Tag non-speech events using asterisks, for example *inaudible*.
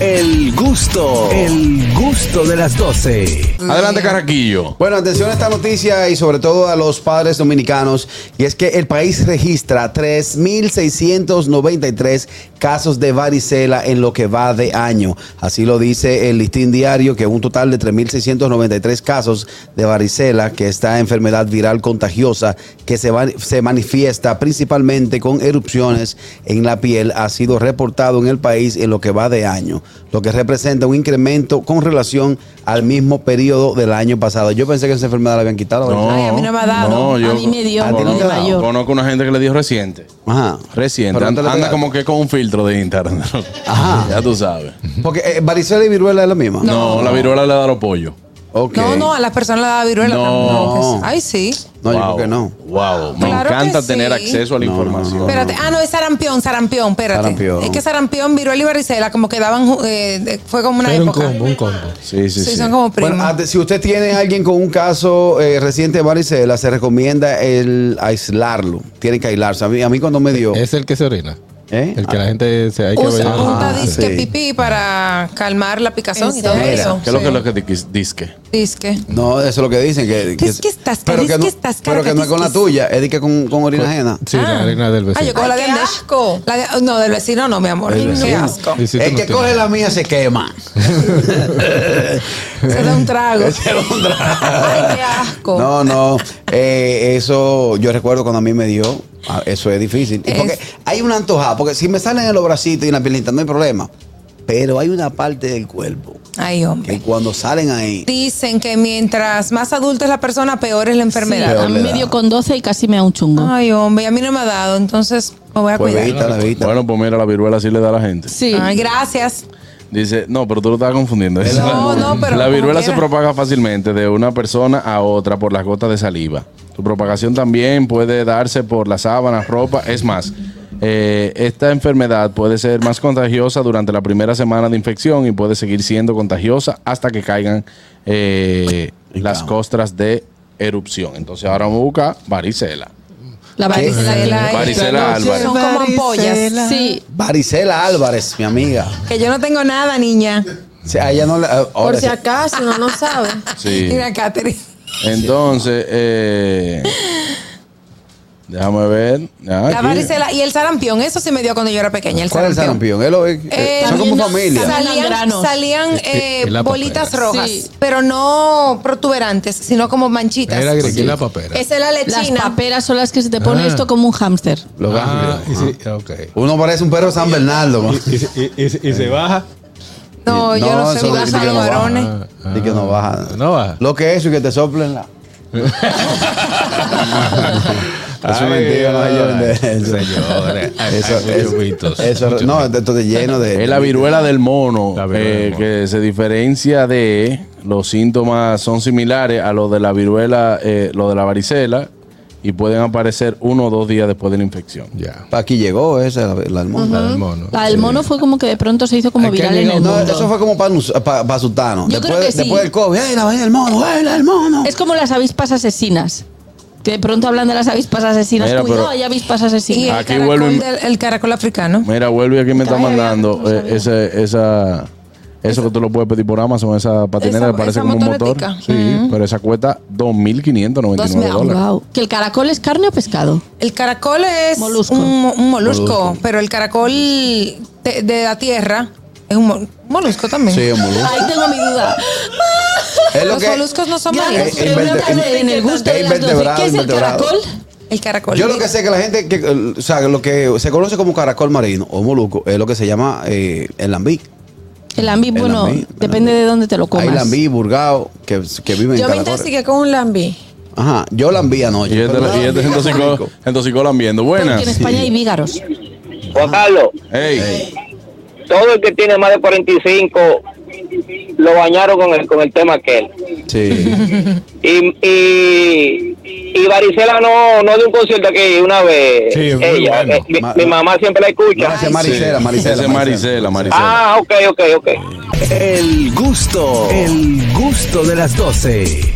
El gusto, el gusto de las 12. Adelante, Carraquillo. Bueno, atención a esta noticia y sobre todo a los padres dominicanos, y es que el país registra 3.693 casos de varicela en lo que va de año. Así lo dice el listín diario, que un total de 3.693 casos de varicela, que esta enfermedad viral contagiosa que se, va- se manifiesta principalmente con erupciones en la piel, ha sido reportado en el país en lo que va de año, lo que representa un incremento con relación al mismo periodo del año pasado. Yo pensé que esa enfermedad la habían quitado. ¿verdad? Ay, a mí no me ha dado. A mí me dio, a mí me conozco, mayor. conozco una gente que le dio reciente. Ajá. Reciente. Pero An- no te la Anda, pegaste. como que con un filtro de internet. Ajá. *laughs* ya tú sabes. Porque eh, varicela y viruela es la misma. No, la viruela le da los pollos. Ok. No, no, a las personas le da viruela. No. Ay, sí. No, yo Wow. creo que no. Wow. Me Claro encanta que tener sí. acceso a la No, no, información. no, Espérate, ah, no, es sarampión, sarampión, espérate. Sarampión. Es que sarampión, viruela y varicela como que daban, ju- eh, de- fue como una Era un época. combo, un combo. Sí, sí, Sí, sí. son como primos. Bueno, ante- si usted tiene a alguien con un caso eh, reciente de varicela, se recomienda el aislarlo. Tiene que aislarse. A mí, a mí cuando me dio. Es el que se orina. ¿Eh? El que la gente se hay que Usa bailar. Ah. punta Ajá, disque sí. pipí para calmar la picazón ¿En y todo serio? eso. ¿Qué es lo que es lo que dis- disque? Disque. No, eso es lo que dicen. Que, ¿Qué es que estás, pero es que, no, que estás, pero que no es con la cargatisquis? tuya, es de que con, con orina ajena. Sí, la orina del Ah, vecino. yo cojo la Ay, de qué asco. La de- no, del vecino no, mi amor. El Qué vecino. asco. Y si tú el no que tienes- coge la mía se quema. Se da *laughs* un trago. Ay, qué asco. No, no. eh, eso yo recuerdo cuando a mí me dio. ah, Eso es difícil. Y Es- porque hay una antojada. Porque si me salen en los bracitos y en la pielita, no hay problema. Pero hay una parte del cuerpo Ay, hombre. que cuando salen ahí. Dicen que mientras más adulta es la persona, peor es la enfermedad. peor a mí le me da. dio con 12 y casi me da un chungo. Ay, hombre, a mí no me ha dado, entonces me voy a Pues cuidar. vista, la vista. Bueno, pues mira, la viruela sí le da a la gente. Sí. Ay, gracias. Dice, no, pero tú lo estás confundiendo. Es No, la- no, pero La como viruela se quiera. propaga fácilmente de una persona a otra por las gotas de saliva. Su propagación también puede darse por las sábanas, ropa. Es más, eh, esta enfermedad puede ser más contagiosa durante la primera semana de infección y puede seguir siendo contagiosa hasta que caigan eh, las Claro. costras de erupción. Entonces ahora vamos a buscar varicela. La varicela de la Varicela Son Álvarez. como ampollas. Sí. Varicela Álvarez, mi amiga. Que yo no tengo nada, niña. O sea, a ella no le- ahora Por si sí. acaso, uno no sabe. Sí. *laughs* Mira, Katherine. Entonces, eh, déjame ver. Ah, La aquí. varicela y el sarampión, eso sí me dio cuando yo era pequeña. El ¿Cuál es el sarampión. sarampión? Él lo- eh, Eh, son como también familia. no sabe. Salían Salían, granos. salían eh, Y- y la bolitas papera. rojas, Sí. pero no protuberantes, sino como manchitas. Era grequila papera. Esa es la *laughs* Las lechina. paperas son las que se te pone Ah. esto como un hámster. Los Ah, ganglios. y sí, ok. Uno parece un perro San Bernardo. man. Y, y- y- y- y se *laughs* baja. No, yo no, eso sé di- bajar di que los no baja. varones. Di que no baja. Ah, No baja. Lo que es eso y que te soplen la. Eso es Ay, mentira, no se ay, lloren de eso. Ah, *laughs* señores, hay- Eso, hay muchos mitos, eso, eso- muchos no, mitos. esto esto está lleno de. Es la viruela del mono, La viruela eh, del mono. que se diferencia de los síntomas son similares a los de la viruela, eh, lo de la varicela, y pueden aparecer uno o dos días después de la infección. Ya. Aquí llegó esa, la, la almohada. La del mono. La del Sí. mono fue como que de pronto se hizo como Hay que viral en llegar- el No, mundo. eso fue como para Sutano. Yo creo Después, que sí. después del COVID, ¡ey, la vaina del mono! ¡ey, la del mono! Es como las avispas asesinas. Que de pronto hablan de las avispas asesinas. Mira, Cuidado, pero- hay avispas Y asesinas. el Aquí caracol, vuelven- del- el caracol africano. Mira, vuelve aquí me está Ay, mandando no eh, sabía. ese- esa, eso que tú lo puedes pedir por Amazon, esa patineta Esa- que parece esa como un motor. motoretica. Sí, pero esa cuesta 2.599 Dos mil, dólares. Guau. Que el caracol es carne o pescado. El caracol es Molusco. un, mo- un molusco, Molusco. pero el caracol te- de la tierra es un mo- molusco también. Sí, un *laughs* molusco. Ahí tengo mi duda. Es lo Los que- moluscos no son Eh, marinos. eh, Pero una inverte- tarde en el gusto de las doce. invertebrado, ¿Qué es el invertebrado. caracol? El caracol. Yo lo Mira, que sé es que la gente, que, eh, o sea, lo que se conoce como caracol marino o molusco es lo que se llama eh, el lambí. El ambi, El bueno, lambí, el depende lambí. de dónde te lo comas. Hay lambí, burgao, que, que viven Yo en me caracoles. intoxiqué con un lambí. Ajá, yo lambí anoche. Y este, pero- y este se intoxicó- se intoxicó lambiendo. Porque Buenas. en España hay vígaros. Juan Carlos, Ey. todo el que tiene más de 45 lo bañaron con el, con el tema aquel. Sí. Y, y, y Varicela no, no de un concierto que una vez. Sí, es muy ella, bueno. eh, mi, Ma- mi mamá siempre la escucha. Gracias, Maricela, Sí. Maricela. Ese es Maricela, Maricela. ah, ok, ok, ok. El gusto, el gusto de las 12.